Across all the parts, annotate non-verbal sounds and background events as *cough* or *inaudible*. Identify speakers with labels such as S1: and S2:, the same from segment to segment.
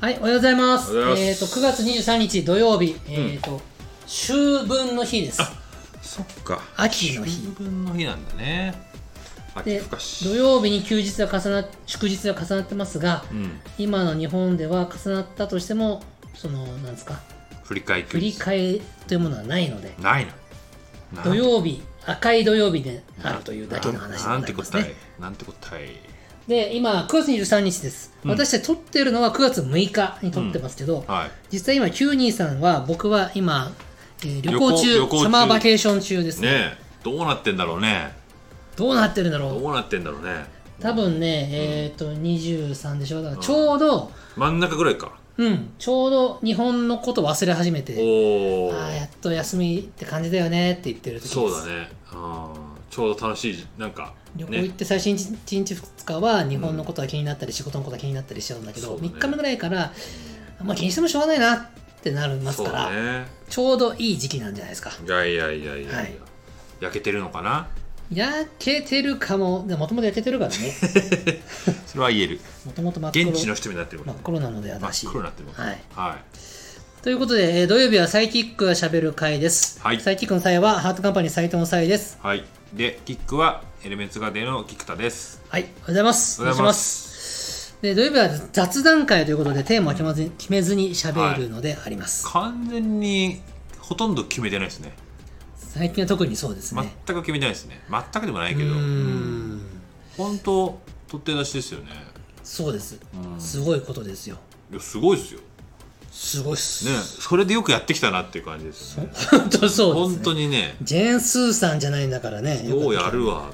S1: はい、おはようございます。
S2: おはようござい
S1: え
S2: ま
S1: っ、
S2: す
S1: と、9月23日土曜日、えっ、と、秋分の日です。
S2: そっか
S1: 秋の日
S2: 秋分の日なんだね秋
S1: で
S2: 深し
S1: 土曜日に休日が重な祝日が重なってますが、
S2: うん
S1: 今の日本では重なったとしてもそのなんですか
S2: 振り返り
S1: 振り替えというものはないので
S2: ないのなん
S1: 土曜日赤い土曜日であるというだけの話
S2: な
S1: に
S2: ん
S1: なり
S2: て
S1: ま
S2: こ
S1: す
S2: たえ
S1: ね
S2: なんてこたえ
S1: で今9月23日です、
S2: うん
S1: 私たち撮ってるのは9月6日に撮ってますけど、
S2: はい
S1: 実際今923さんは僕は今、えー旅行中
S2: 旅行中
S1: サマーバケーション中ですね
S2: ねえどうなってんだろうね
S1: どうなってるんだろう
S2: どうなってんだろうね
S1: 多分ねえっ、と23でしょだからちょうど、
S2: 真ん中ぐらいか
S1: うん、ちょうど日本のこと忘れ始めて、
S2: おお
S1: ああ、やっと休みって感じだよねって言ってる時です
S2: そうだねうんちょうど楽しいなんか
S1: 旅行行っ
S2: ね
S1: て最初1日2日は日本のことが気になったり仕事のことが気になったりしちゃうんだけ
S2: そ
S1: ど、
S2: うだね
S1: 3日目ぐらいから、まあ気にしてもしょうがないなってなります
S2: そう
S1: から、
S2: だね
S1: ちょうどいい時期なんじゃないですか。
S2: いやいやいやいやいや
S1: はい
S2: 焼けてるのかな
S1: 焼けてるかも、でもともと焼けてるからね、
S2: *laughs* それは言える
S1: もともと真っ黒
S2: 現地の人になってるか
S1: 真
S2: ら
S1: っ
S2: ね
S1: 黒なので
S2: 真っ
S1: 私。
S2: 黒になってるから
S1: はい
S2: はい
S1: ということで、えー土曜日はサイキックがしゃべる会です。
S2: はい
S1: サイキックの際は、ハートカンパニー斉藤の際です。
S2: はい。で、キックはエレメンツガーデンのキクタです。
S1: はい、おはようございます。。
S2: おはようございます
S1: で、土曜日は雑談会ということで、テーマは決まずに決めずに喋るのであります。
S2: 完全にほとんど決めてないですね。
S1: 最近は特にそうです
S2: 全
S1: ね。
S2: く決めてないですね。全くでもないけど
S1: うー。ん、
S2: 本当取って出しですよね。
S1: そうです。
S2: うん
S1: すごいことですよ。
S2: いやすごいですよ。ね、
S1: すごいっす。
S2: それでよくやってきたなっていう感じですよね。
S1: *laughs* 本当そうです、ね。
S2: 本当にね、
S1: ジェーン・スーさんじゃないんだからね。
S2: よう
S1: よか
S2: や
S1: った
S2: るわと思う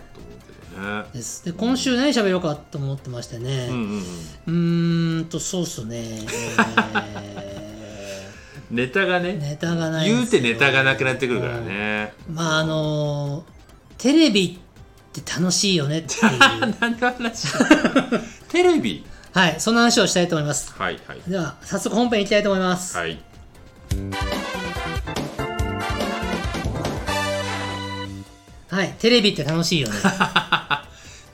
S2: けどね。
S1: です。で、今週何喋ろうかと思ってましてね。うん
S2: ううんうん。
S1: ーんと、そうっすね。
S2: *laughs*
S1: え
S2: ネタがね、
S1: ーネタがないん
S2: 言
S1: で
S2: う
S1: すよ
S2: てネタがなくなってくるからね。
S1: まああのテレビって楽しいよねってい
S2: *laughs*
S1: う
S2: 何の話テレビ
S1: はいそんな話をしたいと思います
S2: はいはい。
S1: では早速本編いきたいと思います、
S2: はい。
S1: はい、テレビって楽しいよね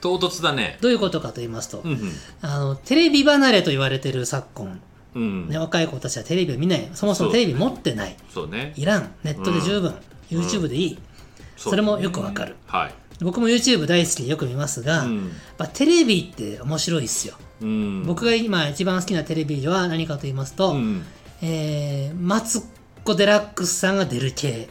S2: 唐突だね。
S1: どういうことかと言いますと、
S2: うんうん。
S1: あのテレビ離れと言われてる昨今、
S2: うん
S1: ね、若い子たちはテレビを見ないそもそもテレビ持ってない
S2: そうね。
S1: いらんネットで十分、YouTube でいい、
S2: そう
S1: それもよくわかる。
S2: はい。
S1: 僕も YouTube 大好きでよく見ますが、
S2: うん
S1: まあテレビって面白いっすよ、
S2: うん。
S1: 僕が今一番好きなテレビは何かと言いますと、
S2: うん。
S1: えー、マツコ・デラックスさんが出る
S2: *laughs*
S1: 系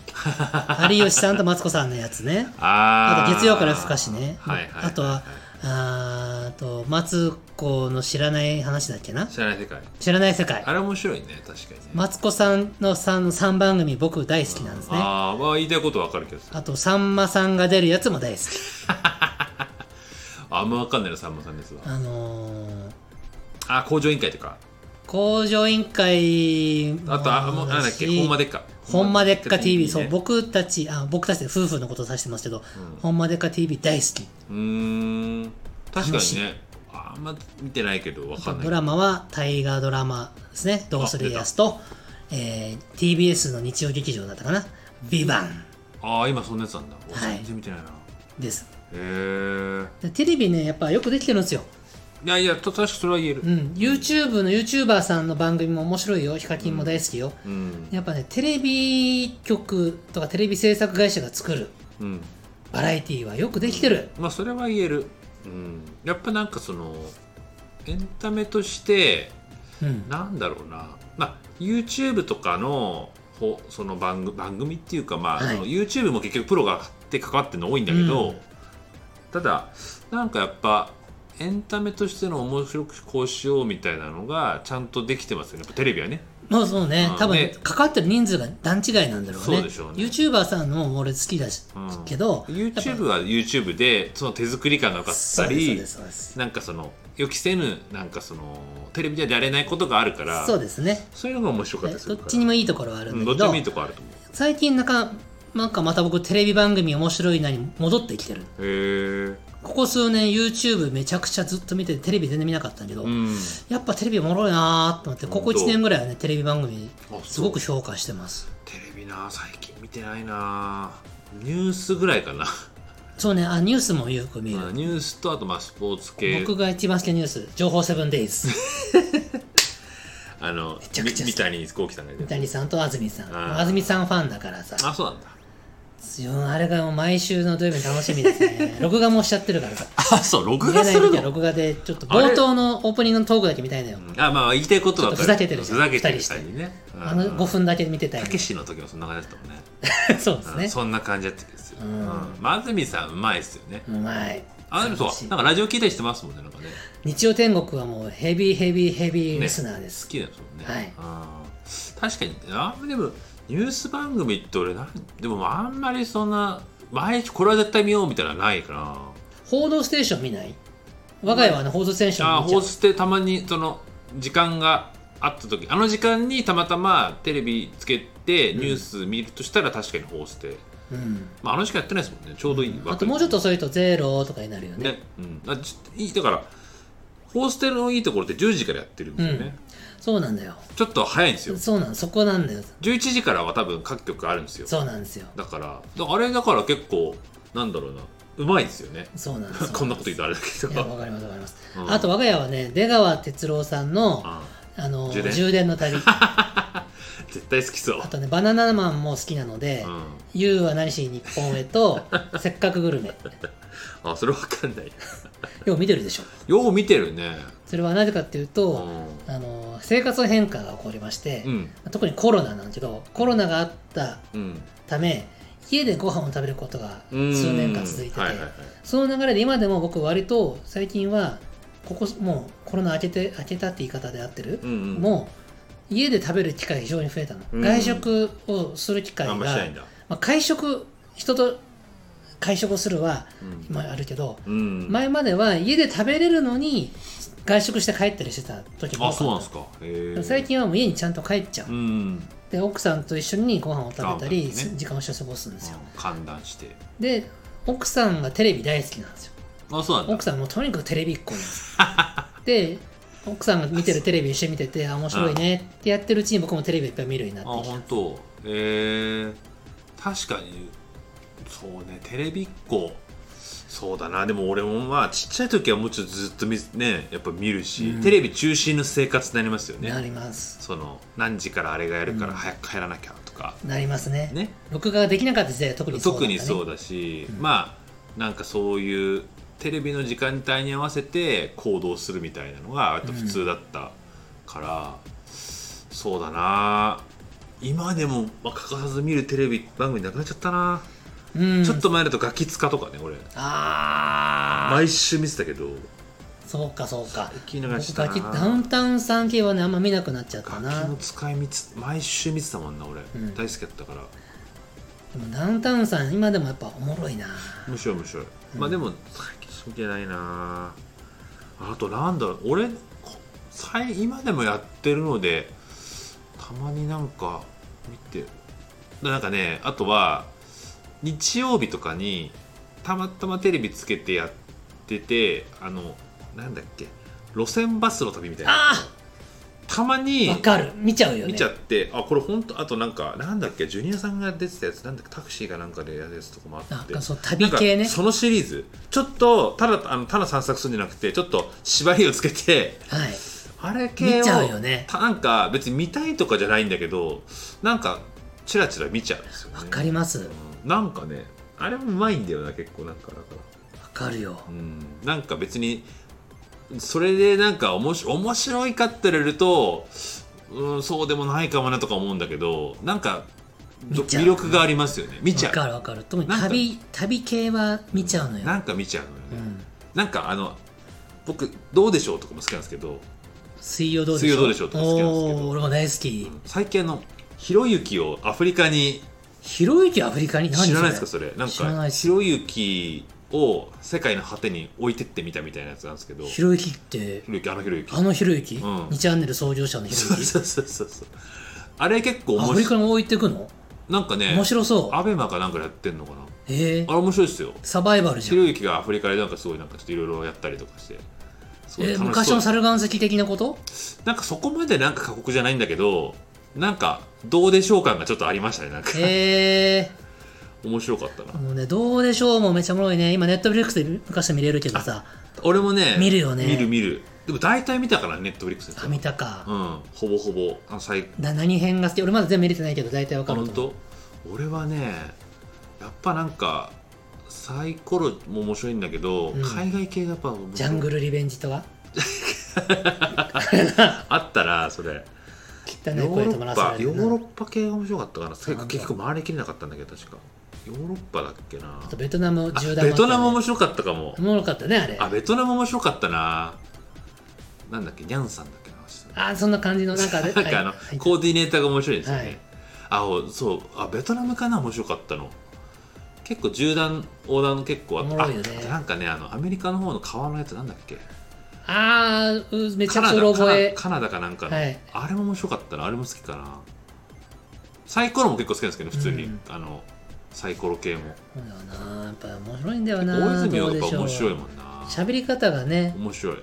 S1: 有吉さんとマツコさんのやつね
S2: あ
S1: あ
S2: ー
S1: と月曜から夜更かしね、
S2: はいはい。
S1: あとはあーあとマツコの知らない話だっけな
S2: 知らない世界。
S1: 知らない世界
S2: あれ面白いね、確かにね。
S1: マツコさんのさんの3番組僕大好きなんですねあ
S2: ああ、まあ言いたいことわかるけどさ。
S1: とさんまさんが出るやつも大好き
S2: あんまわかんないのさんまさんですわ。
S1: あのー、
S2: あ、工場委員会とか。
S1: 工場委員会も
S2: あと、あ、もうなんだっけ、
S1: し
S2: ほんまでっか。
S1: ほんまでっか TV、
S2: ね
S1: そう、。僕たち、あ、僕たちで夫婦のことを指してますけど、ほんまでっか TV 大好き。
S2: うーん。確か
S1: 楽し
S2: に
S1: い
S2: ね。あんま見てないけど、わかんない。
S1: ドラマは大河ドラマですね。どうする家康と、えー、TBS の日曜劇場だったかな。ビバン
S2: ああ、今そんなやつなんだ。お
S1: はい
S2: 全然見てないな。
S1: です。
S2: へえ。
S1: でテレビね、やっぱよくできてるんですよ。
S2: いやいや、と確かそれは言える
S1: う。ん。YouTube の YouTuber さんの番組も面白いよ。ヒカキンも大好きよ。
S2: うん。
S1: やっぱね、テレビ局とかテレビ制作会社が作る
S2: うん。
S1: バラエティはよくできてる。
S2: まあそれは言える、うん、やっぱなんかそのエンタメとして
S1: うん。
S2: なんだろうな、まあ、YouTube とかのほその番組番組っていうか、まあ
S1: はい
S2: その YouTube も結局プロが買って関わってるの多いんだけど、
S1: うん
S2: ただなんかやっぱエンタメとしての面白くこうしようみたいなのがちゃんとできてますよねやっぱテレビはね
S1: まあそうね
S2: う、ん
S1: 多分
S2: ね
S1: 関わってる人数が段違いなんだろうね。
S2: そうでしょうね
S1: YouTuber さんも俺好きだし、
S2: うん
S1: けど、
S2: YouTube は YouTube でその手作り感が良かった
S1: そう
S2: り
S1: ですそうです
S2: なんかその予期せぬなんかそのテレビではやれないことがあるから
S1: そうですね
S2: そういうのが面白かったりす
S1: ど
S2: る
S1: っ
S2: から
S1: ちにもいいところはある
S2: うんん
S1: だ
S2: どっ
S1: け
S2: ちに
S1: ど
S2: もいいとこあると思
S1: 最近なんかなんかまた僕テレビ番組面白いなに戻ってきてる
S2: うへえ
S1: ここ数年 YouTube めちゃくちゃずっと見ててテレビ全然見なかったけど、
S2: うん
S1: やっぱテレビおもろいなーと思ってここ
S2: 本当
S1: 1年ぐらいはねテレビ番組
S2: あそう
S1: すごく評価してます
S2: テレビな最近見てないなニュースぐらいかな、
S1: そうねあニュースもよく見る、
S2: まあニュースとあとまあスポーツ系
S1: 僕が一番好きなニュース情報セブンデイズ
S2: あの
S1: ちゃくちゃ好き
S2: み三谷幸喜さんが出
S1: 三
S2: てる
S1: 谷さんと安住さん
S2: あー
S1: 安住さんファンだからさ
S2: あそうなんだ
S1: うんあれがもう毎週の土曜日楽しみです
S2: *laughs*
S1: ね録画もしちゃってるからさ
S2: あそう録
S1: 見れ
S2: 画
S1: な
S2: す
S1: い
S2: る
S1: 時は
S2: の
S1: 録画でちょっと
S2: あれ
S1: 冒頭のオープニングのトークだけ見たいのよ
S2: あまあ言いたいことだった
S1: ちょっとふざけてるじゃ
S2: ふ
S1: ん
S2: ざけてる
S1: 二人して
S2: 二人ねうん
S1: あの5分だけ見てたい
S2: た
S1: の
S2: けしの時もそんな感じだったもんね
S1: そうです
S2: うん
S1: ね
S2: そんな感じだったんですよ、
S1: う
S2: うんんまあ安住さんうまいですよね
S1: うまい
S2: 安住
S1: 楽し
S2: そ
S1: いう
S2: なんかラジオ聞いたりしてますもんねなんかね
S1: 日曜天国はもうヘビーヘビーヘビーリスナーで
S2: 好
S1: す、
S2: きなんですもんね、
S1: はい
S2: あー確かにあんまりでもニュース番組って俺なんでもあんまりそんな毎日これは絶対見ようみたいなのはないか
S1: 報道ステーション見ない我が家はあの報道ステーション
S2: なあー
S1: 見ちゃ
S2: 放
S1: う
S2: 送ってたまにその時間があった時あの時間にたまたまテレビつけてニュース見るとしたら確かに放送って、
S1: うん
S2: まあ、あの時間やってないですもんねちょうどいい
S1: あともうちょっとそういうとゼロとかになるよね
S2: ね、うん、あちょいいだからホーステルのいいところって10時からやってるんですよね、
S1: そうなんだよ
S2: ちょっと早いんですよ
S1: そうなんそこなんだよ
S2: 11時からは多分各局あるんですよ
S1: そうなんですよ
S2: だからだあれだから結構なんだろうなうまいですよね *laughs*
S1: そうなんですよ
S2: こんなこと言うとあれだけ
S1: いや
S2: ど
S1: わかりますわかります、
S2: うん
S1: あと我が家はね出川哲朗さんの
S2: あ
S1: あの
S2: 充
S1: 充電
S2: 電
S1: の
S2: *laughs*
S1: 旅
S2: 絶対好きそう
S1: あとねバナナマンも好きなので
S2: うん
S1: 「YOU、は何しに日本へ」と
S2: *laughs*
S1: 「せっかくグルメ
S2: あそれわかんない」
S1: よう見てるでしょ
S2: よう見てるね
S1: それはなぜかっていう
S2: う
S1: と、
S2: ん
S1: あの生活の変化が起こりまして、
S2: うん
S1: 特にコロナなんだけどコロナがあった
S2: うん
S1: ため家でご飯を食べることが
S2: うん
S1: 数年間続いてて、
S2: はいはいはい
S1: その流れで今でも僕割と最近はここもうコロナ明けて明けたって言い方で合ってる、
S2: うんうん
S1: もう家で食べる機会が非常に増えたの、
S2: うん
S1: 外食をする機会
S2: あ
S1: が、
S2: んましないんだ
S1: まあ、会食人と会食をするは
S2: うん
S1: 今あるけど、
S2: うん
S1: 前までは家で食べれるのに外食して帰ったりしてた時も多かっ
S2: あ
S1: た
S2: そうなんですかへ
S1: で
S2: え
S1: も最近はもう家にちゃんと帰っちゃう、
S2: うん
S1: で奥さんと一緒にご飯を食べたり、
S2: あそうですね
S1: 時間を一緒に過ごすんですよ、
S2: うん寒暖して
S1: で奥さんがテレビ大好きなんですよ
S2: あそうなんだ
S1: 奥さんもとにかくテレビっ子なんです
S2: *laughs*
S1: よで奥さんが見てるテレビ一緒に見ててあ面白いねってやってるうちに僕もテレビいっぱい見るようにな
S2: あ
S1: ってきた
S2: 本当えー、確かにそうねテレビっ子そうだなでも俺もまあちっちゃい時はもうちょっとずっと見ねやっぱ見るし、
S1: うん
S2: テレビ中心の生活になりますよ
S1: な
S2: ね
S1: ります
S2: その何時からあれがやるから
S1: うん
S2: 早く帰らなきゃとか、
S1: なりますね
S2: ね
S1: 録画ができなかった時代は特にそうだっ
S2: 特
S1: た、ね、
S2: にそうだし、
S1: うん
S2: まあなんかそういうテレビの時間帯に合わせて行動するみたいなのが割と普通だったから、そうだな今でも、まあ、欠かさず見るテレビ番組なくなっちゃったな、
S1: うん
S2: ちょっと前だと「ガキ使」とかね俺
S1: あ
S2: 毎週見てたけど
S1: あそうかそうか
S2: 最近流
S1: 僕
S2: した
S1: ガ
S2: な
S1: キダウンタウンさん系はねあんま見なくなっちゃった
S2: ガキ
S1: な
S2: の使い道毎週見てたもんな俺、
S1: ん
S2: 大好きだったから
S1: でもダウンタウンさん今でもやっぱおもろいな
S2: むしろむしろ、まあでも最近そうじゃないなあとなんだろう俺こ最今でもやってるのでたまになんか見てなんかねあとは日曜日とかにたまたまテレビつけてやっててあのなんだっけ路線バスの旅みたいな
S1: あ
S2: たまに
S1: あわかる見ちゃうよね
S2: 見ちゃってあこれ本当あとなんかなんだっけジュニアさんが出てたやつなんだっけタクシーかなんかでやるやつとかもあ
S1: な
S2: っ
S1: ん
S2: て
S1: かそう旅系
S2: なん
S1: ね
S2: かそのシリーズちょっとただあのただ散策するんじゃなくてちょっと縛りをつけて *laughs*
S1: はい
S2: あれ系を
S1: 見ちゃうよね
S2: たなんか別に見たいとかじゃないんだけどなんかチラチラ見ちゃうんですよね
S1: わかります
S2: うんなんかねあれもうまいんだよな結構なんかだか
S1: わかるよ
S2: らうんなんか別にそれでなんかおもし面白いかって言われると、うん、そうでもないかもなとか思うんだけどなんかど
S1: 見ちゃう
S2: 魅力がありますよね見ちゃ
S1: わか
S2: う
S1: るわかる特に
S2: なんか
S1: 旅旅系は見ちゃうのよ
S2: なんか見ちゃうのよね、
S1: うん
S2: なんかあの僕「どうでしょう」とかも好きなんですけど
S1: 水曜どうでしょう
S2: 水曜どうでしょうとか好きなんですけど
S1: おー俺も大好き
S2: 最近あのひろゆきをアフリカに
S1: ひろゆきアフリカに何
S2: 知らないですか
S1: そ
S2: それなん
S1: 知らな
S2: か
S1: いです
S2: ひろゆきを世界の果てに置いてってみたみたいなやつなんですけど
S1: れ
S2: ひ
S1: ひろゆきって
S2: ろゆきあのひろゆき
S1: あのひろゆき、
S2: ん
S1: 2チャンネル創業者のひ
S2: そ
S1: ろ
S2: う
S1: ゆき
S2: そうそうそうそうあれ結構
S1: ア
S2: 面
S1: フリカ
S2: 白い
S1: に置いていくの
S2: なんかね
S1: 面白そう
S2: アベマかなんかやってんのかな
S1: へえ
S2: あれ面白いですよ
S1: サバイバルじゃ
S2: ひ
S1: ん
S2: ろゆきがアフリカでなんかすごいなんかちょっといろいろやったりとかしてすごい
S1: え
S2: 楽しそう
S1: 昔の猿岩石的な
S2: *laughs*
S1: こと
S2: なんかそこまでなんか過酷じゃないんだけどなんかどうでしょう感がちょっとありましたねなんか
S1: へ
S2: 面白かったな
S1: えもうねどうでしょうもうめっちゃおもろいね今ネットフリックスで昔見れるけどさ
S2: 俺もね
S1: 見るよね
S2: 見る見るでも大体見たからネットフリックスで
S1: あ見たか、
S2: うんほぼほぼあの最
S1: だ何編が好き俺まだ全部見れてないけど大体わかる
S2: 本当俺はねやっぱなんかサイコロも面白いんだけど、
S1: うん
S2: 海外系がやっぱ面白い
S1: ジャングルリベンジとか
S2: あったらそれ
S1: 汚
S2: ヨ
S1: い
S2: ー
S1: 声
S2: ロ
S1: 止ま
S2: ッ
S1: ら
S2: パ
S1: され
S2: ヨ
S1: るな
S2: ーロッパ系が面白かったかな
S1: そうなんだ
S2: 結構回りきれなかったんだけど確かヨーロッパだっけな
S1: あとベトナム
S2: あ
S1: 10段
S2: ベトナム面
S1: も
S2: 白かったかも
S1: おもろかったねあれ
S2: あベトナム面白かったななんだっけニャンさんだっけな
S1: あそんな感じのなんかね
S2: なんかあの、
S1: はい
S2: コーディネーターが面白いですよね。
S1: はい
S2: あおそうあベトナムかな面白かったの。結構縦断横断の結構あっ
S1: おも
S2: た。
S1: ろいよね
S2: あなんかねあのアメリカの方の川のやつなんだっけ。
S1: あーうめちゃくちゃうろ
S2: カナ
S1: 覚
S2: ダ
S1: え
S2: カナダかなんかの、
S1: はい
S2: あれも面白かったなあれも好きかな。サイコロも結構好きなんですけどね普通に、
S1: うん
S2: あのサイコロ系も。
S1: そうだよなやっぱ面白いんだよな
S2: 大泉洋
S1: どう
S2: がや
S1: で
S2: っ
S1: し
S2: ぱ
S1: ょう
S2: 面白いもんな。
S1: 喋り方がね
S2: 面白い。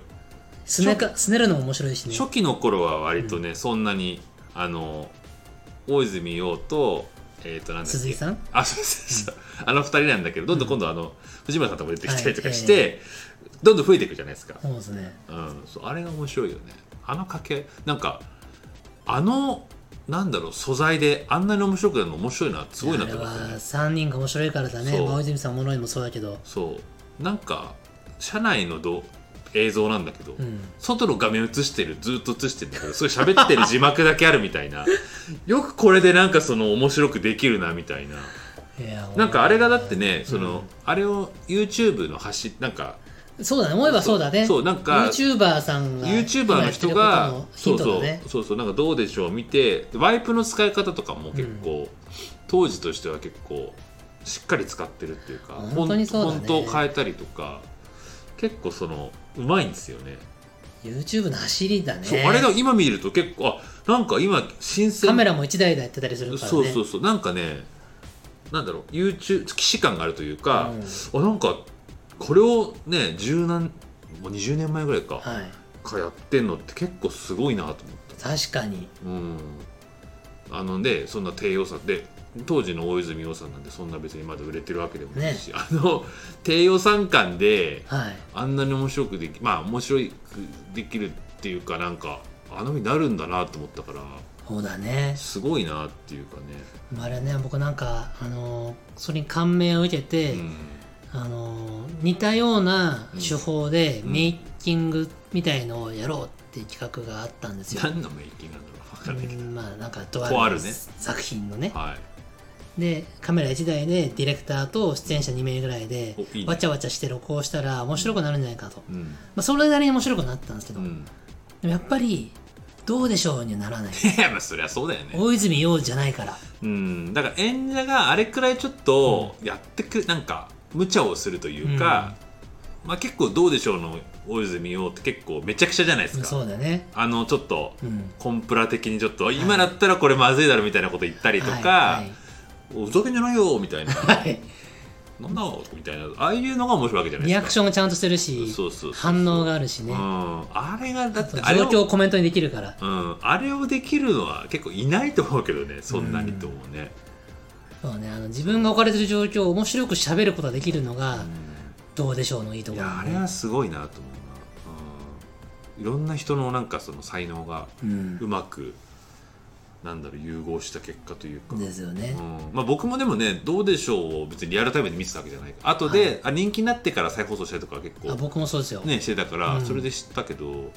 S1: すねかすねるのも面白いしね
S2: 初期の頃は割とね、そんなにあの大泉洋とえっ、となんだっけ
S1: 鈴井さん
S2: あそうそうそうあの二人なんだけどどんどん今度あの、藤村さんとも出てきたりとかし
S1: はい
S2: て、どんどん増えていくじゃないですか、
S1: そうですね
S2: うん、そうあれが面白いよねあの掛けなんかあのなんだろう素材であんなに面白くなるの面白いのはすごいなと思っ
S1: あれ
S2: て、
S1: は
S2: ね、
S1: 3人が面白いからだね
S2: そう
S1: まあ大泉さんおもろいのもそうだけど
S2: そうなんか社内のど映像なんだけど、
S1: うん
S2: 外の画面映してるずっと映してるんだけどそれ喋ってる字幕だけあるみたいなよくこれでなんかその面白くできるなみたいない
S1: や
S2: なんかあれがだってね、その、
S1: うん
S2: あれを YouTube の端、なんか、
S1: そうだね思えばそうだね
S2: そう、なんか、
S1: YouTuber さんが
S2: YouTuber の人
S1: 今
S2: が
S1: やっ、て
S2: そ
S1: る
S2: う
S1: ことのヒントだ
S2: そ
S1: ね
S2: う、そうそう、なんかどうでしょう見て、ワイプの使い方とかも結構、当時としては結構、しっかり使ってるっていうか、
S1: 本当にそうだね
S2: フォントを変えたりとか、結構その、うまいんですよね。
S1: YouTube の走りだね
S2: そう、あれが今見ると結構、あ、なんか今、新鮮
S1: カメラも1台でやってたりするからね
S2: そうそうそう、なんかね、なんだろう、YouTube、既視感があるというか、
S1: うん
S2: あなんかこれをね十何もう20年前ぐらいか、
S1: はい
S2: かやってんのって結構すごいなと思った
S1: 確かに
S2: うんあのでそんな低予算で当時の大泉洋さんなんでそんな別にまだ売れてるわけでもないし、あの低予算感で
S1: はい
S2: あんなに面白くできまあ面白くできるっていうかなんかあのになるんだなと思ったから
S1: そうだね
S2: すごいなっていうかね、
S1: あれね僕なんかあのーそれに感銘を受けて、
S2: うん
S1: あのー似たような手法で、
S2: うん
S1: メイキングみたいのをやろうっていう企画があったんですよ。
S2: 何のメイキングなんだろう分かんないけど、
S1: うんまあなんかと
S2: とあ
S1: あ
S2: る
S1: る
S2: ね
S1: 作品のね
S2: はい
S1: でカメラ1台でディレクターと出演者2名ぐらいで
S2: おいいね
S1: わちゃわちゃして録音したら面白くなるんじゃないかと、ま
S2: うん
S1: あ、それなりに面白くなったんですけ
S2: う
S1: ど、
S2: ん、
S1: でもやっぱりどうでしょうにはなら
S2: *laughs*
S1: ない
S2: いやまあそりゃそうだよね
S1: 大泉洋じゃないから
S2: うん、だから演者があれくらいちょっとやってく、なんか無茶をするというか、まあ結構「どうでしょう」の大泉洋って結構めちゃくちゃじゃないですか、
S1: そうだね
S2: あのちょっと
S1: うん
S2: コンプラ的にちょっと、今だったらこれまずいだろみたいなこと言ったりとか「
S1: はい
S2: おふざけんじゃないよ」みたいな
S1: はいはい
S2: 「なんだ?」みたいなああいうのが面白いわけじゃない
S1: リ
S2: ですか
S1: アクションがちゃんとしてるし
S2: そうそうそう
S1: 反応があるしね、
S2: うん、あれがだ
S1: あ
S2: っ
S1: と
S2: てあれ
S1: 状況
S2: を、
S1: をコメントにできるから
S2: うん、あれをできるのは結構いないと思うけどねそんなにと思うね、
S1: そう、ね、あの自分が置かれてる状況を面白く喋ることができるのが
S2: うん
S1: どうでしょうのいいと
S2: い
S1: ころ
S2: やあ
S1: だね
S2: れはすごいなと思うな、うん、いろんな人のなんかその才能が
S1: うん
S2: うまくなんだろう融合した結果というか、
S1: ですよね
S2: う、んまあ、僕もでもね「どうでしょう」を別にリアルタイムで見てたわけじゃないあとで、
S1: は
S2: あ人気になってから再放送したりとか結
S1: あ
S2: 構、
S1: 僕もそうですよ、
S2: ね、してたから、
S1: うん
S2: それで知ったけど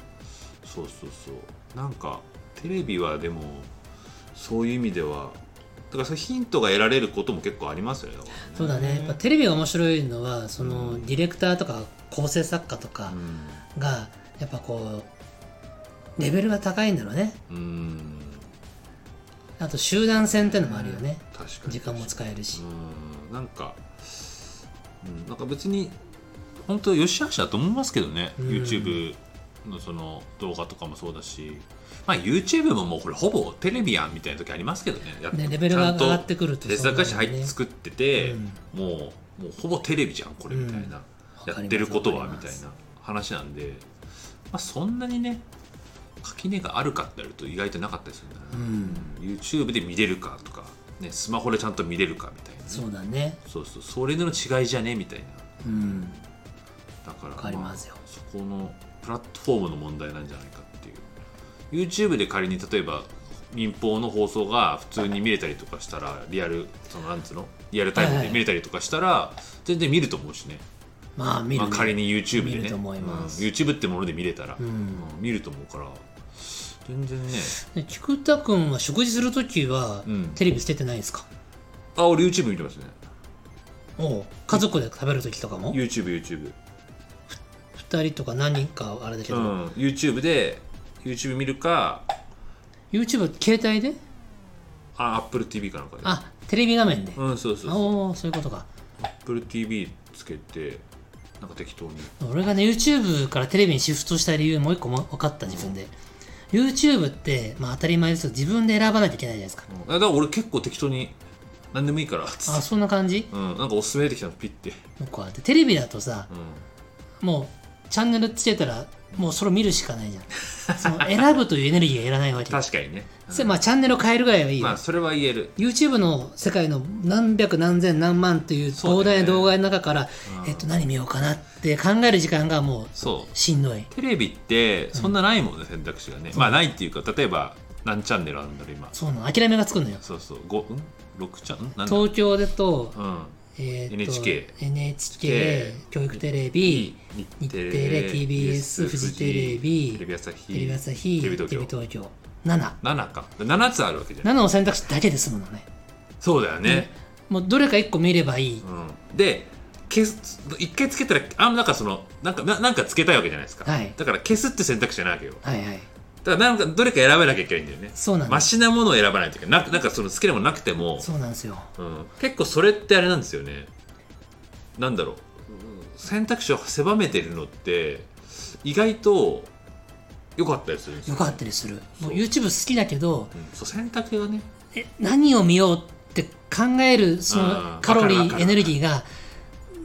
S2: そうそうそうなんかテレビはでもそういう意味ではだからそのヒントが得られることも結構ありますよね
S1: そうだねやっぱテレビが面白いのはそのディレクターとか構成作家とかがやっぱこうレベルが高いんだろうね
S2: うん、うん、
S1: あと集団戦ってのもあるよね
S2: 確かに確かに
S1: 時間も使えるし
S2: うんなんか、うん、なんか別に本当よし悪しだと思いますけどね、
S1: うん
S2: YouTube のその動画とかもそうだし、まあ、YouTube ももうこれほぼテレビやんみたいな時ありますけどねやっ
S1: ねレベルが上がって
S2: ち
S1: くる
S2: ゃん
S1: と
S2: とレスラカシ入
S1: そうなんだよ
S2: って
S1: ね
S2: 作ってて、
S1: うん
S2: もうもうほぼテレビじゃんこれみたいな、
S1: うん
S2: やってることは
S1: わか
S2: み
S1: ります
S2: たいな話なんで、まあ、そんなにね垣根があるかってやると意外となかったりするんだな、
S1: うん
S2: YouTube で見れるかとか、ね、スマホでちゃんと見れるかみたいなね、
S1: そうだね
S2: そうそうそれの違いじゃねみたいな
S1: うん
S2: だから
S1: わかりますよ
S2: あそこのプラットフォームの問題なんじゃないかっていう YouTube で仮に例えば民放の放送が普通に見れたりとかしたらリアルそのなんつうのリアルタイムで見れたりとかしたら全然見ると思うしね、
S1: まあ見る、
S2: まあ、仮に YouTube で
S1: 見
S2: ね
S1: ると思います
S2: うん YouTube ってもので見れたら、
S1: うん
S2: うん見ると思うから全然ね
S1: で菊田君は食事するときは、
S2: うん
S1: テレビ捨ててないんですか
S2: あ俺 YouTube 見てますね
S1: おう家族で食べるときとかも
S2: YouTubeYouTube
S1: 二人とか何人かあれだけ
S2: う
S1: ど、
S2: ん YouTube で YouTube 見るか
S1: YouTube 携帯で
S2: あ AppleTV かなんかで
S1: あテレビ画面で、
S2: うんそうそう
S1: あおーそういうことか
S2: AppleTV つけてなんか適当に
S1: 俺がね YouTube からテレビにシフトした理由もう一個も分かった自分で、YouTube って、まあ、当たり前ですけど自分で選ばないといけないじゃないですか、
S2: うんあだから俺結構適当に何でもいいからつっ
S1: あ
S2: て
S1: そんな感じ
S2: うん、なんかおすすめ出てきたのピッて、
S1: 僕はでテレビだとさ
S2: うん、
S1: もうチャンネルつけたらもうそれを見るしかないじゃんその選ぶというエネルギーがいらないわけ
S2: 確かにね、うん
S1: それまあチャンネルを変えるぐらいはいいよ、
S2: まあそれは言える
S1: YouTube の世界の何百何千何万という
S2: そう
S1: 膨
S2: だ
S1: 大
S2: よね
S1: な動画の中から、
S2: うん
S1: えっと何見ようかなって考える時間がも
S2: そう
S1: しんどいう
S2: テレビってそんなないもんね、選択肢がねまあないっていうか例えば何チャンネルあるんだろう今
S1: そうなの諦めがつくのよ
S2: そうそう5うん6チャンんなんだ
S1: 東京だと,、
S2: うん
S1: えーと
S2: NHK
S1: NHK 教育テレビ
S2: 日
S1: 日テレ TBS フジテレビ
S2: テレビ朝日
S1: テレビ朝日テ
S2: テレ
S1: レ
S2: ビ
S1: ビ東
S2: 東京
S1: 京77
S2: 7か7つあるわけじゃん
S1: の選択肢だけで済むのね
S2: そうだよね、
S1: もうどれか1個見ればいい、
S2: うん、で消す一回つけたらあなんかそのなんかななんかつけたいわけじゃないですか、
S1: はい
S2: だから消すって選択肢じゃないわけよ
S1: はいはい
S2: だからなんかどれか選ばなきゃいけないんだよね
S1: そうなんです
S2: マシなものを選ばないといけないななんかその好きなものなくても
S1: そうなんですよ
S2: う、ん、結構それってあれなんですよねなんだろう選択肢を狭めてるのって意外と良かったりするんです
S1: よ
S2: よ
S1: かったりするもう
S2: そう
S1: YouTube 好きだけど
S2: うんそう選択がね
S1: え何を見ようって考えるそ
S2: うん
S1: のカロリ
S2: わかるわか
S1: ー
S2: る
S1: エネルギーが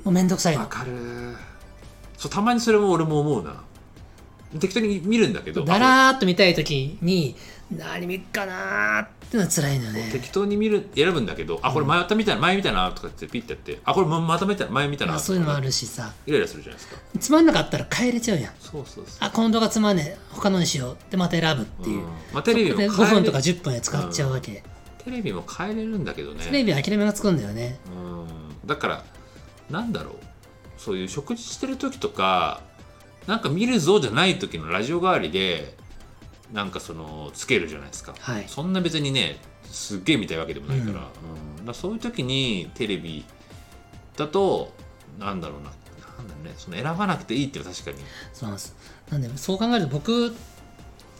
S1: もうめんどくさい
S2: わ
S1: の
S2: かるそうたまにそれも俺も思うな適当に見るんだけど
S1: だらーっと見たい時に何見っかなーってのは辛いのよね
S2: 適当に見る選ぶんだけどあこれ前また見たな前見たなとかってピッてやってあこれままた見たな前見たな
S1: まあ
S2: とか
S1: そういうのもあるしさ
S2: イライラするじゃないですか
S1: つまんなかったら変えれちゃうやん
S2: そうそうそう
S1: あこの動画つまんねえ他のにしようってまた選ぶっていう、
S2: んまあ、テレビも
S1: で
S2: 変え
S1: 5分とか
S2: れ
S1: 10分で使っちゃうわけ、
S2: テレビも変えれるんだけどね
S1: テレビは諦めがつくんだよね
S2: うんだからなんだろうそういう食事してる時とかなんか見るぞじゃない時のラジオ代わりでなんかそのつけるじゃないですか、
S1: はい
S2: そんな別にねすっげえ見たいわけでもないから,、
S1: うん
S2: うんだからそういう時にテレビだとなんだろうななんだろうねその選ばなくていいっていうのは確かに
S1: そうなんですなんでそう考えると僕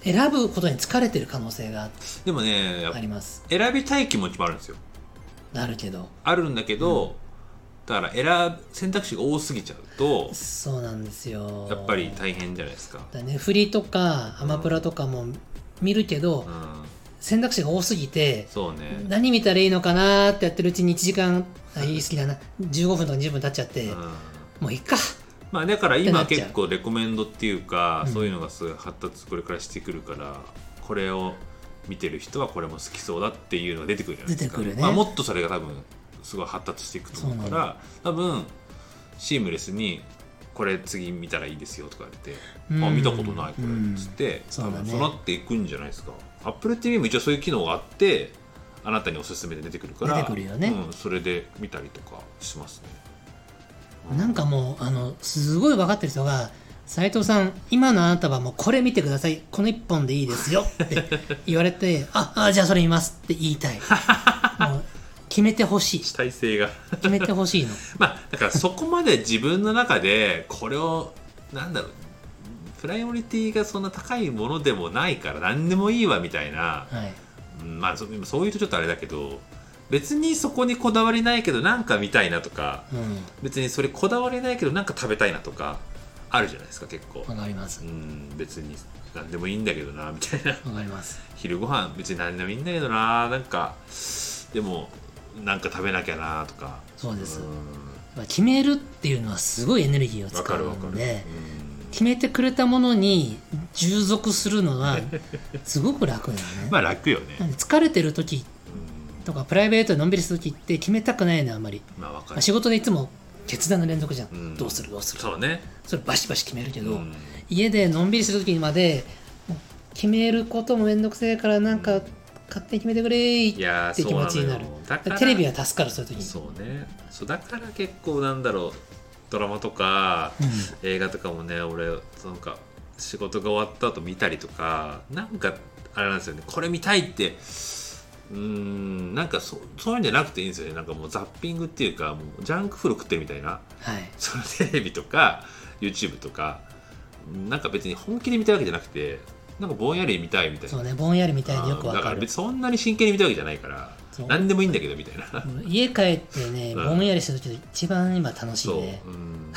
S1: 選ぶことに疲れてる可能性が
S2: でもねやっ
S1: あ
S2: ぱ
S1: ります
S2: 選びたい気持ちもあるんですよ
S1: あるけど
S2: あるんだけど、だから選ぶ選択肢が多すぎちゃうと
S1: そうなんですよ
S2: やっぱり大変じゃないですか、
S1: だねフリとかアマプラとかも見るけど、
S2: うん、
S1: 選択肢が多すぎて
S2: そうね、
S1: 何見たらいいのかなーってやってるうちに1時間あいい好きだな15分とか20分経っちゃって、
S2: うん
S1: もういっか
S2: まあだから
S1: ってな
S2: 今
S1: っちゃう
S2: 結構レコメンドっていうか、
S1: うん
S2: そういうのがすごい発達これからしてくるからこれを見てる人はこれも好きそうだっていうのが出てくるじゃないですか
S1: 出てくるね
S2: まあ、もっとそれが多分すごい発達していくと思うから多分シームレスにこれ次見たらいいですよとか言って、
S1: うん
S2: あ見たことないこれ
S1: うん
S2: っつって、
S1: そう
S2: 多
S1: だね
S2: 分そうなっていくんじゃないですか AppleTV も一応そういう機能があってあなたにおすすめで出てくるから
S1: 出てくるよね
S2: うん、それで見たりとかしますね、う
S1: なんかもうあのすごい分かってる人が斉藤さん今のあなたはもうこれ見てくださいこの1本でいいですよって
S2: *laughs*
S1: 言われてああじゃあそれ見ますって言いたいもう決めてほしい
S2: 主体性が *laughs*
S1: 決めてほしいの
S2: まあだからそこまで自分の中でこれをなんだろうプライオリティがそんな高いものでもないから何でもいいわみたいな、
S1: はい
S2: うんまあそそういうとちょっとあれだけど別にそこにこだわりないけどなんか見たいなとか
S1: う
S2: 別にそれこだわりないけどなんか食べたいなとかあるじゃないですか結構
S1: んわかります
S2: うん別に何でもいいんだけどなみたいな *laughs*
S1: わかります
S2: 昼ご飯別に何でもいいんだけどななんかでもなんか食べなきゃなとか
S1: そうです
S2: ん
S1: まあ決めるっていうのはすごいエネルギーを使
S2: わかるわ
S1: う
S2: か
S1: の
S2: る、
S1: で決めてくれたものに従属するの
S2: *laughs*
S1: はすごく楽だよ
S2: うん
S1: ね、
S2: まあ楽よ
S1: な
S2: ね、
S1: んで疲れてる時
S2: うん
S1: とかプライベートでのんびりする時って決めたくないのあんまり、
S2: まあわか
S1: まあ
S2: る
S1: 仕事でいつも決断の連続じゃん、
S2: うん
S1: どうするどうする
S2: そうね
S1: それバシバシ決めるけど、
S2: うん
S1: 家でのんびりする時にまで決めることもめんどくせえからなんか勝手に決めてくれー
S2: いやー
S1: って気持ちになる
S2: そうのよだから
S1: テレビは助かるそういう時に
S2: そうねそうだから結構なんだろうドラマとか
S1: う
S2: 映画とかもね俺なんか仕事が終わった後見たりとかなんかあれなんですよねこれ見たいってうーんなんかそうそういうんじゃなくていいんですよねなんかもうザッピングっていうかもうジャンクフード食ってるみたいな *laughs*
S1: はい
S2: そのテレビとか YouTube とかなんか別に本気で見たいわけじゃなくてなんかぼんやり見たいみたいな
S1: そうねぼんやりみたいでよく
S2: あー
S1: わ
S2: だか
S1: からる
S2: 別にそんなに真剣に見たいわけじゃないから
S1: そう
S2: 何でもいいんだけどみ
S1: *laughs*
S2: たいな
S1: 家帰ってね
S2: うん
S1: ぼんやりする時一番今楽しい
S2: そう、
S1: ね
S2: うん、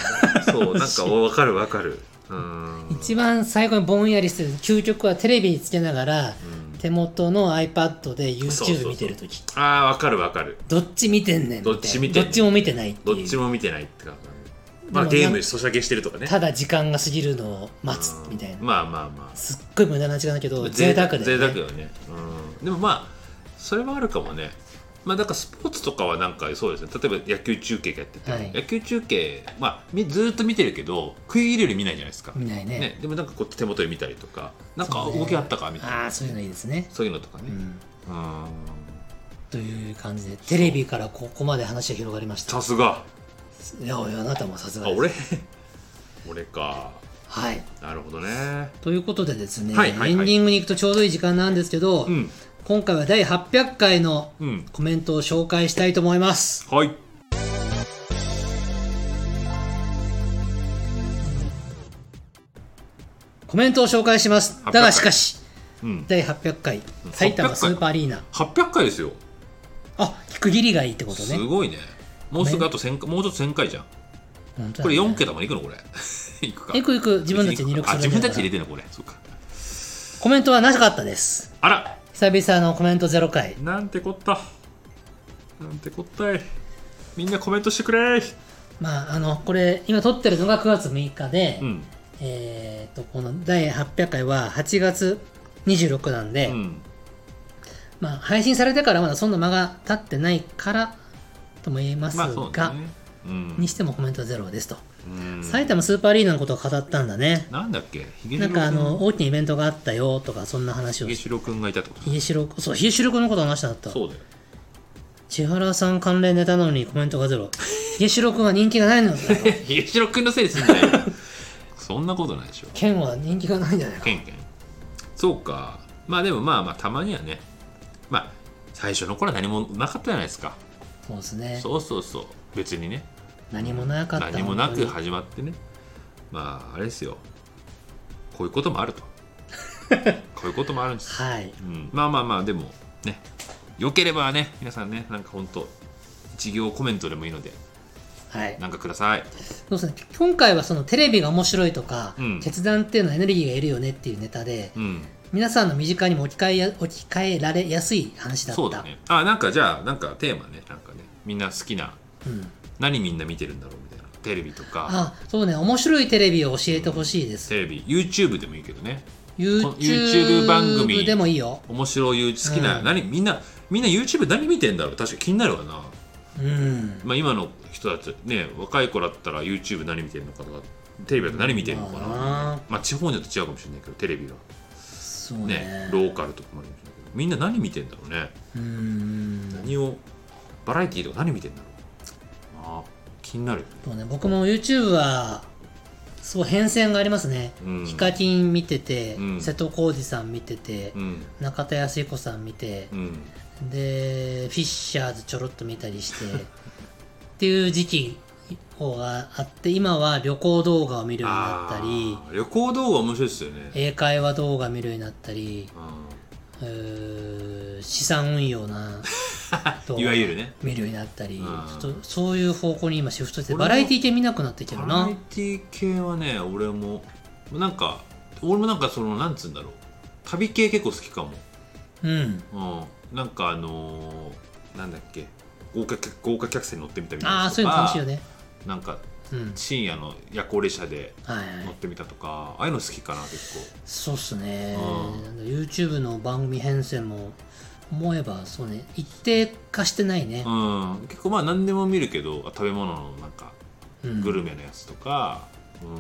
S2: そ
S1: *laughs*
S2: う、なんか、おわかる、わかる。うん。
S1: 一番最後にぼんやりする究極はテレビにつけながら
S2: うん
S1: 手元の iPad で
S2: そうそうそ
S1: YouTube
S2: う
S1: 見てる時
S2: ああ、わかる、わかる。
S1: どっち見てんねんみたいな
S2: どっち見てんねん
S1: どっちも見てないって
S2: どっ
S1: いう
S2: ちも見てないって感じ。まあ、
S1: でも
S2: ゲー
S1: な
S2: ム、
S1: ん
S2: そしゃげしてるとかね。
S1: ただ時間が過ぎるのを待つ
S2: うん
S1: みたいな
S2: まあ、まあ、まあ。
S1: すっごい無駄な時間だけど贅沢だよね
S2: 贅沢よね。うん。でも、まあ。それはあるかもね。まあ、だからスポーツとかはなんかそうですね例えば野球中継やってて、
S1: はい
S2: 野球中継、まあ、みずーっと見てるけど食い入れるより見ないじゃないですか、
S1: 見ないね
S2: ね、でもなんかこう手元で見たりとかなんか
S1: そうね
S2: 動きあったかみたい
S1: あ
S2: な
S1: あそういうのいいですね、
S2: そういうのとかね、
S1: うん、
S2: うん
S1: という感じでテレビからここまで話が広がりました
S2: さすが
S1: いやいやあなたもさすが
S2: あ
S1: です
S2: 俺 *laughs* 俺か
S1: はい
S2: なるほどね
S1: ということでですね、
S2: はいはいはい
S1: エンディングに行くとちょうどいい時間なんですけど、
S2: うん
S1: 今回は第800回の
S2: うん
S1: コメントを紹介したいと思います
S2: はい
S1: コメントを紹介します
S2: 800
S1: だがしかし
S2: うん
S1: 第800回
S2: うん
S1: 埼玉
S2: 800
S1: スーパーアリーナ
S2: 800回ですよ
S1: あ聞くぎりがいいってこと
S2: す
S1: ね
S2: ごいねもうすぐあと1000回もうちょっと1000回じゃん
S1: 本当
S2: こ
S1: だ
S2: れ
S1: ね
S2: 4桁までいくのこれ *laughs* いくか
S1: いくいく自分たちで入力する
S2: あ
S1: んだ
S2: 自分
S1: から
S2: たちで入れてんのこれそうか
S1: コメントはなかったです
S2: あら
S1: 久々のコメント0回
S2: なんてこったなんてこったいみんなコメントしてくれ
S1: まああのこれ今撮ってるのが9月6日で、
S2: うん
S1: えー、とこの第800回は8月26なんで、
S2: うん
S1: まあ、配信されてからまだそんな間が経ってないからとも言えます
S2: ま
S1: が、
S2: あそうだねうん
S1: にしてもコメントはゼロですと、
S2: うん
S1: 埼玉スーパーアリーナのことを語ったんだね
S2: なんだっけひげ
S1: な
S2: し
S1: ん
S2: ろ
S1: かあ
S2: く
S1: の
S2: ん
S1: 大きなイベントがあったよとかそんな話
S2: ひ
S1: を
S2: げ
S1: し
S2: しろくんがいたってこと
S1: 冷えしろそう冷えしろくんのこと話したんだった
S2: そうだよ
S1: 千原さん関連ネタなのにコメントがゼロ
S2: *laughs*
S1: 冷えしろくんは人気がないのだよ
S2: ひげしろくんのせいですんじゃないよそんなことないでしょ
S1: ケンは人気がないんじゃないか
S2: ケンケンそうかまあでもまあまあたまにはねまあ最初の頃は何もなかったじゃないですか
S1: そうですね
S2: そうそうそう別にね
S1: 何もなかった
S2: 何もなく
S1: 本当に
S2: 始まってねまああれですよこういうこともあ *laughs* るとこういうこともあるんです、
S1: はい
S2: うん、まあまあまあでもねよければね皆さんねなんかほんと一行コメントでもいいので
S1: はい
S2: なんかください
S1: そうですね、今回はそのテレビが面白いとか、
S2: うん
S1: 決断っていうのはエネルギーがいるよねっていうネタで、
S2: うん
S1: 皆さんの身近にも置き換えや置き換えられやすい話だった。
S2: そうだねあなんかじゃあなんかテーマねなんかねみんな好きな
S1: うん
S2: 何みんな見てるんだろうみたいなテレビとか
S1: あ、そうね、面白いテレビを教えてほしいです。
S2: テレビ YouTube でもいいけどね
S1: YouTube
S2: YouTube 番組
S1: でもいいよ。
S2: 面白い好きな、
S1: うん
S2: 何みんなみんな YouTube 何見てんだろう確か気になるわな、
S1: うん。
S2: まあ、今の人たちね若い子だったら YouTube 何見てんのかとかテレビだと何見てんのかな、
S1: まあな
S2: まあ、地方によって違うかもしれないけどテレビが
S1: そうね。
S2: ねローカルとかもあるかもしれないけどみんな何見てんだろうね、
S1: うん。
S2: 何をバラエティーとか何見てんだろうなあ気になるよね
S1: そうね、僕も YouTube は、すごい変遷がありますね。
S2: うん
S1: ヒカキン見てて、
S2: うん
S1: 瀬戸康史さん見てて、
S2: うん
S1: 中田康彦さん見て、
S2: うん
S1: でフィッシャーズちょろっと見たりしてっていう時期があって今は旅行動画を見るようになったり
S2: あー旅行動画面白いですよね、
S1: 英会話動画見るようになったりうー資産運用
S2: *laughs*
S1: な動
S2: う
S1: 画
S2: んいわゆるね
S1: 見るようになったり
S2: うん
S1: ちょっとそういう方向に今シフトして
S2: 俺も
S1: バラエティ系見なくなってきてる
S2: バラ
S1: な
S2: エティ系はね俺もなんか俺もなんかそのなんつうんだろう旅系結構好きか
S1: うん
S2: も、うん、なんかあのーなんだっけ豪華客豪華客船乗ってみたみたいな
S1: あ
S2: や
S1: あ
S2: つ
S1: そう
S2: と
S1: いうの
S2: か
S1: 楽しいよね
S2: なんか
S1: うん
S2: 深夜の夜行列車で
S1: はい
S2: 乗ってみたとかああいうの好きかな結構
S1: そうっすね、
S2: うん
S1: なんか YouTube の番組編成も思えばそうね一定化してないね、
S2: うん、結構まあ何でも見るけどあ食べ物のなんか
S1: うん
S2: グルメのやつとか、うん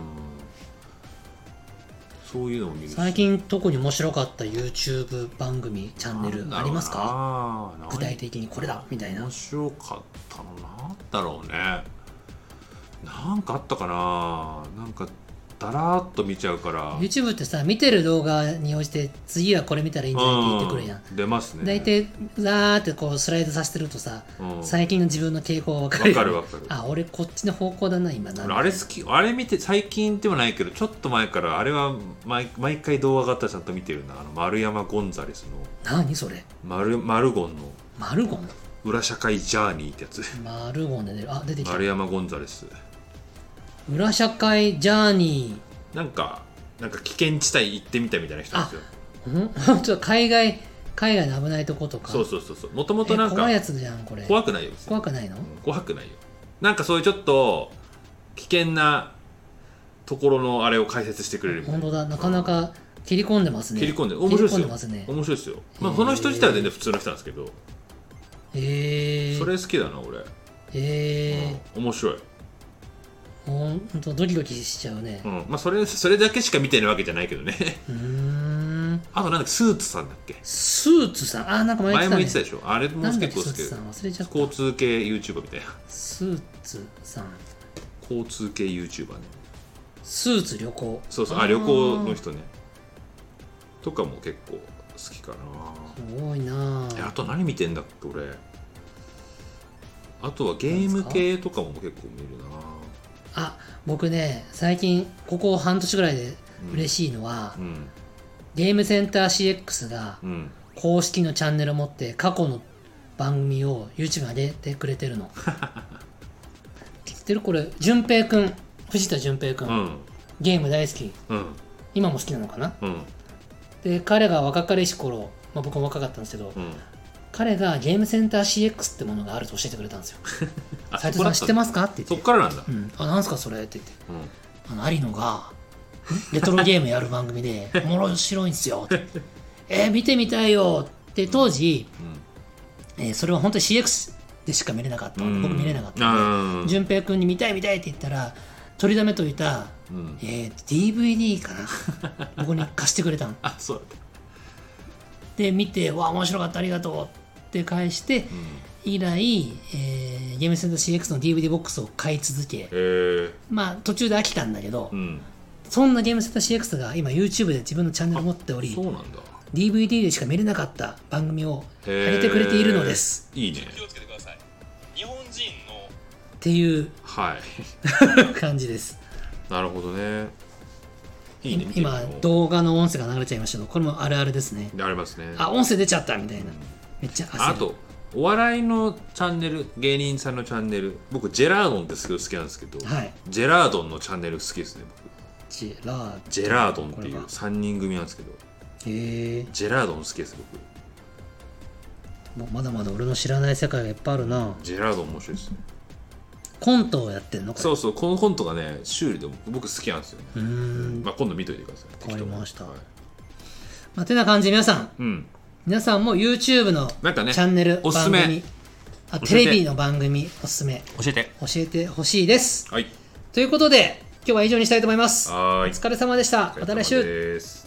S2: そういうのも見るし
S1: 最近特に面白かった YouTube 番組チャンネルありますか
S2: か
S1: 具体的にこれだみたいな
S2: 面白かったのなんだろうねなんかあったかななんかだらーっと見ちゃうからうん
S1: YouTube ってさ見てる動画に応じて次はこれ見たらいいんじゃないって言ってくるやん
S2: 出ますね
S1: 大体ザーってこうスライドさせてるとさ
S2: うん
S1: 最近の自分の傾向が分かる
S2: わ
S1: よ
S2: かるわかる
S1: あ俺こっちの方向だな今な
S2: あれ好きあれ見て最近でもないけどちょっと前からあれは毎毎回動画があったらちゃんと見てるなあの丸山ゴンザレスの
S1: 何それ
S2: マルマルゴンの
S1: マルゴン
S2: 裏社会ジャーニーってやつ
S1: マルゴンで出るあ出てきた
S2: 丸山ゴンザレス
S1: 裏社会ジャー *laughs* ニ
S2: なんかなんか危険地帯行ってみたみたいな人なんですよ
S1: ーんちょっと海外海外の危ないとことか
S2: そうそうそうそうもと
S1: え
S2: もとなんか
S1: 怖いやつじゃんこれ
S2: 怖くないよ別に
S1: 怖くないの
S2: 怖くないよなんかそういうちょっと危険なところのあれを解説してくれるみたいな
S1: 本当だなかなか切り込んでますね
S2: 切り込んで面
S1: 切り
S2: 白い
S1: 込んで
S2: で
S1: ますす
S2: よ、
S1: ね
S2: 面白いですよ、
S1: へ
S2: まあ、
S1: ー
S2: その人自体は全然普通の人なんですけど
S1: へえ
S2: それ好きだな俺、
S1: へえ
S2: うん面白い、
S1: ほんとドキドキしちゃうね
S2: うんまあ、それそれだけしか見てないわけじゃないけどね *laughs*
S1: うーん
S2: あとなんかスーツさんだっけ
S1: スーツさんあなんか前
S2: 前も言
S1: 言っ
S2: ってて
S1: た
S2: た
S1: ね
S2: でしょあれも
S1: なんだ
S2: 結
S1: っけ
S2: 構
S1: スー
S2: 好きで
S1: ツさん忘れちゃった
S2: 交通系 YouTuber みたいな
S1: スーツさん
S2: 交通系 YouTuber ね
S1: スーツ旅行
S2: そうそう
S1: ー
S2: あ旅行の人ねとかも結構好きかな
S1: すごいな
S2: えあ
S1: あ
S2: と何見てんだっけ俺あとはゲーム系とかも結構見るな
S1: あ僕ね最近ここ半年ぐらいで嬉しいのは、
S2: うん
S1: ゲームセンター CX が
S2: うん
S1: 公式のチャンネルを持って過去の番組を YouTube に上げてくれてるの知ってるこれ淳平くん藤田淳平くん、
S2: うん
S1: ゲーム大好き
S2: うん
S1: 今も好きなのかな
S2: うん
S1: で彼が若かりし頃、まあ、僕も若かったんですけど、
S2: うん
S1: 彼がゲームセンター CX ってものがあると教えてくれたんですよ
S2: あ
S1: 斉藤さん知ってますかって
S2: そ
S1: 言っ
S2: ってからなんだ
S1: 「うん、あなんすかそれ」って言って
S2: うん
S1: あの有野
S2: *laughs*
S1: がレトロゲームやる番組で「おもろ白いんすよ」って「えー見てみたいよ」って当時、えーそれは本当に CX でしか見れなかった
S2: うんうん
S1: 僕見れなかったん
S2: あ
S1: で淳平君に「見たい見たい」って言ったら取りだめといた、
S2: ーうん
S1: えー DVD か
S2: *laughs*
S1: な僕に貸してくれたの
S2: あそうだった
S1: で見て「わあ面白かったありがとう」って返して以来、えーゲームセンター CX の DVD ボックスを買い続け
S2: へえ
S1: まあ途中で飽きたんだけど、
S2: うん
S1: そんなゲームセンター CX が今 YouTube で自分のチャンネルを持っており
S2: そうなんだ
S1: DVD でしか見れなかった番組を
S2: へ
S1: 上げてくれているのです
S2: いいね
S3: 気をつけてください日本人の
S1: っていう
S2: はい
S1: 感じです
S2: なるほどねいいね見てみよ
S1: 今
S2: う
S1: 動画の音声が流れちゃいましたけどこれもあるあるですね
S2: ありますね
S1: あ音声出ちゃったみたいな
S2: うん
S1: めっちゃ焦る
S2: あとお笑いのチャンネル芸人さんのチャンネル僕ジェラードンってすごい好きなんですけど、
S1: はい
S2: ジェラードンのチャンネル好きですね僕
S1: ジェラード
S2: ジェラードンって
S1: これ
S2: い
S1: は
S2: う3人組なんですけど
S1: へえ
S2: ジェラードン好きです僕
S1: もうまだまだ俺の知らない世界がいっぱいあるな
S2: ジェラードン面白いですね
S1: コントをやってんのこれ
S2: そうそうこのコントがね修理で僕好きなんですよね、
S1: うーん、ま
S2: まあ、今度見といてください
S1: わかりました
S2: はい
S1: あ、てな感じで皆さん
S2: うん
S1: 皆さんも YouTube の
S2: なんかね
S1: チャンネル、
S2: おすすめ
S1: 番組あ
S2: 教
S1: テ
S2: えて
S1: レビの番組おすすめ
S2: 教えて
S1: 教えてほしいです
S2: はい
S1: ということで今日は以上にしたいと思いますお
S2: はーい
S1: 疲れ様でしたまた来週
S2: です